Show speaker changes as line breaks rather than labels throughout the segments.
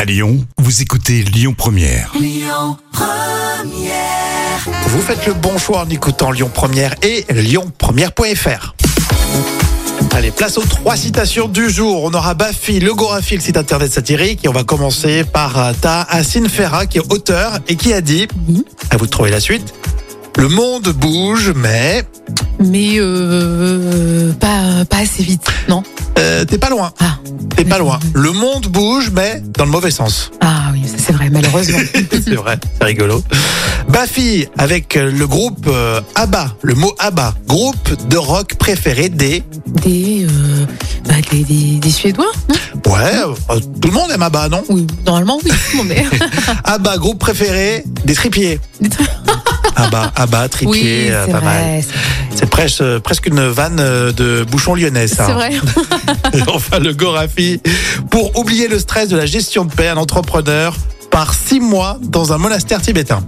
À Lyon, vous écoutez Lyon Première.
Vous faites le bon choix en écoutant Lyon Première et lyonpremière.fr. Allez, place aux trois citations du jour. On aura Bafi, le Gorafi, le site internet satirique. Et on va commencer par euh, Ta Hassin Ferra, qui est auteur et qui a dit, à vous de trouver la suite, le monde bouge, mais
Mais euh, pas, pas assez vite, non
euh, t'es pas loin,
Ah,
t'es pas loin. Le monde bouge, mais dans le mauvais sens.
ah oui, ça c'est vrai, malheureusement.
c'est vrai, c'est rigolo. Bafi, avec euh, le groupe euh, ABBA, le mot ABBA, groupe de rock préféré des...
Des, euh, bah, des, des, des Suédois, non
Ouais, euh, tout le monde aime ABBA, non
Oui, normalement oui. Bon, mais- Ah.
ABBA, groupe préféré des tripiers.
Des tri-
ABBA, ABBA,
oui,
tripiers, euh,
c'est
pas mal.
vrai. c'est-
C'est presque, euh, presque une vanne euh, de bouchon lyonnais, ça.
C'est vrai.
enfin, le Gorafi. Pour oublier le stress de la gestion de paix, un entrepreneur part six mois dans un monastère tibétain.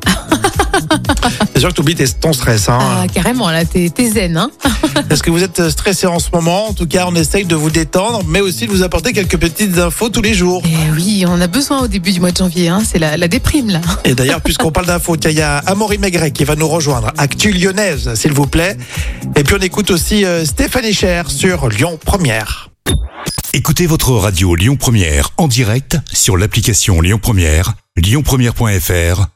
C'est sûr que tu oublies ton stress. Hein.
Ah, carrément, là, t'es t'es zen, hein
Est-ce que vous êtes euh, stressé en ce moment En tout cas, on essaye de vous détendre, mais aussi de vous apporter quelques petites infos tous les jours.
Eh oui, on en a besoin au début du mois de janvier, hein. C'est la, la déprime, là.
Et d'ailleurs, puisqu'on parle d'infos, tiens, il y a Amaury Maigret qui va nous rejoindre. Actu lyonnaise, s'il vous plaît. Et puis, on écoute aussi euh, Stéphanie Cher sur Lyon Première.
Écoutez votre radio Lyon Première en direct sur l'application Lyon Première, lyonpremière.fr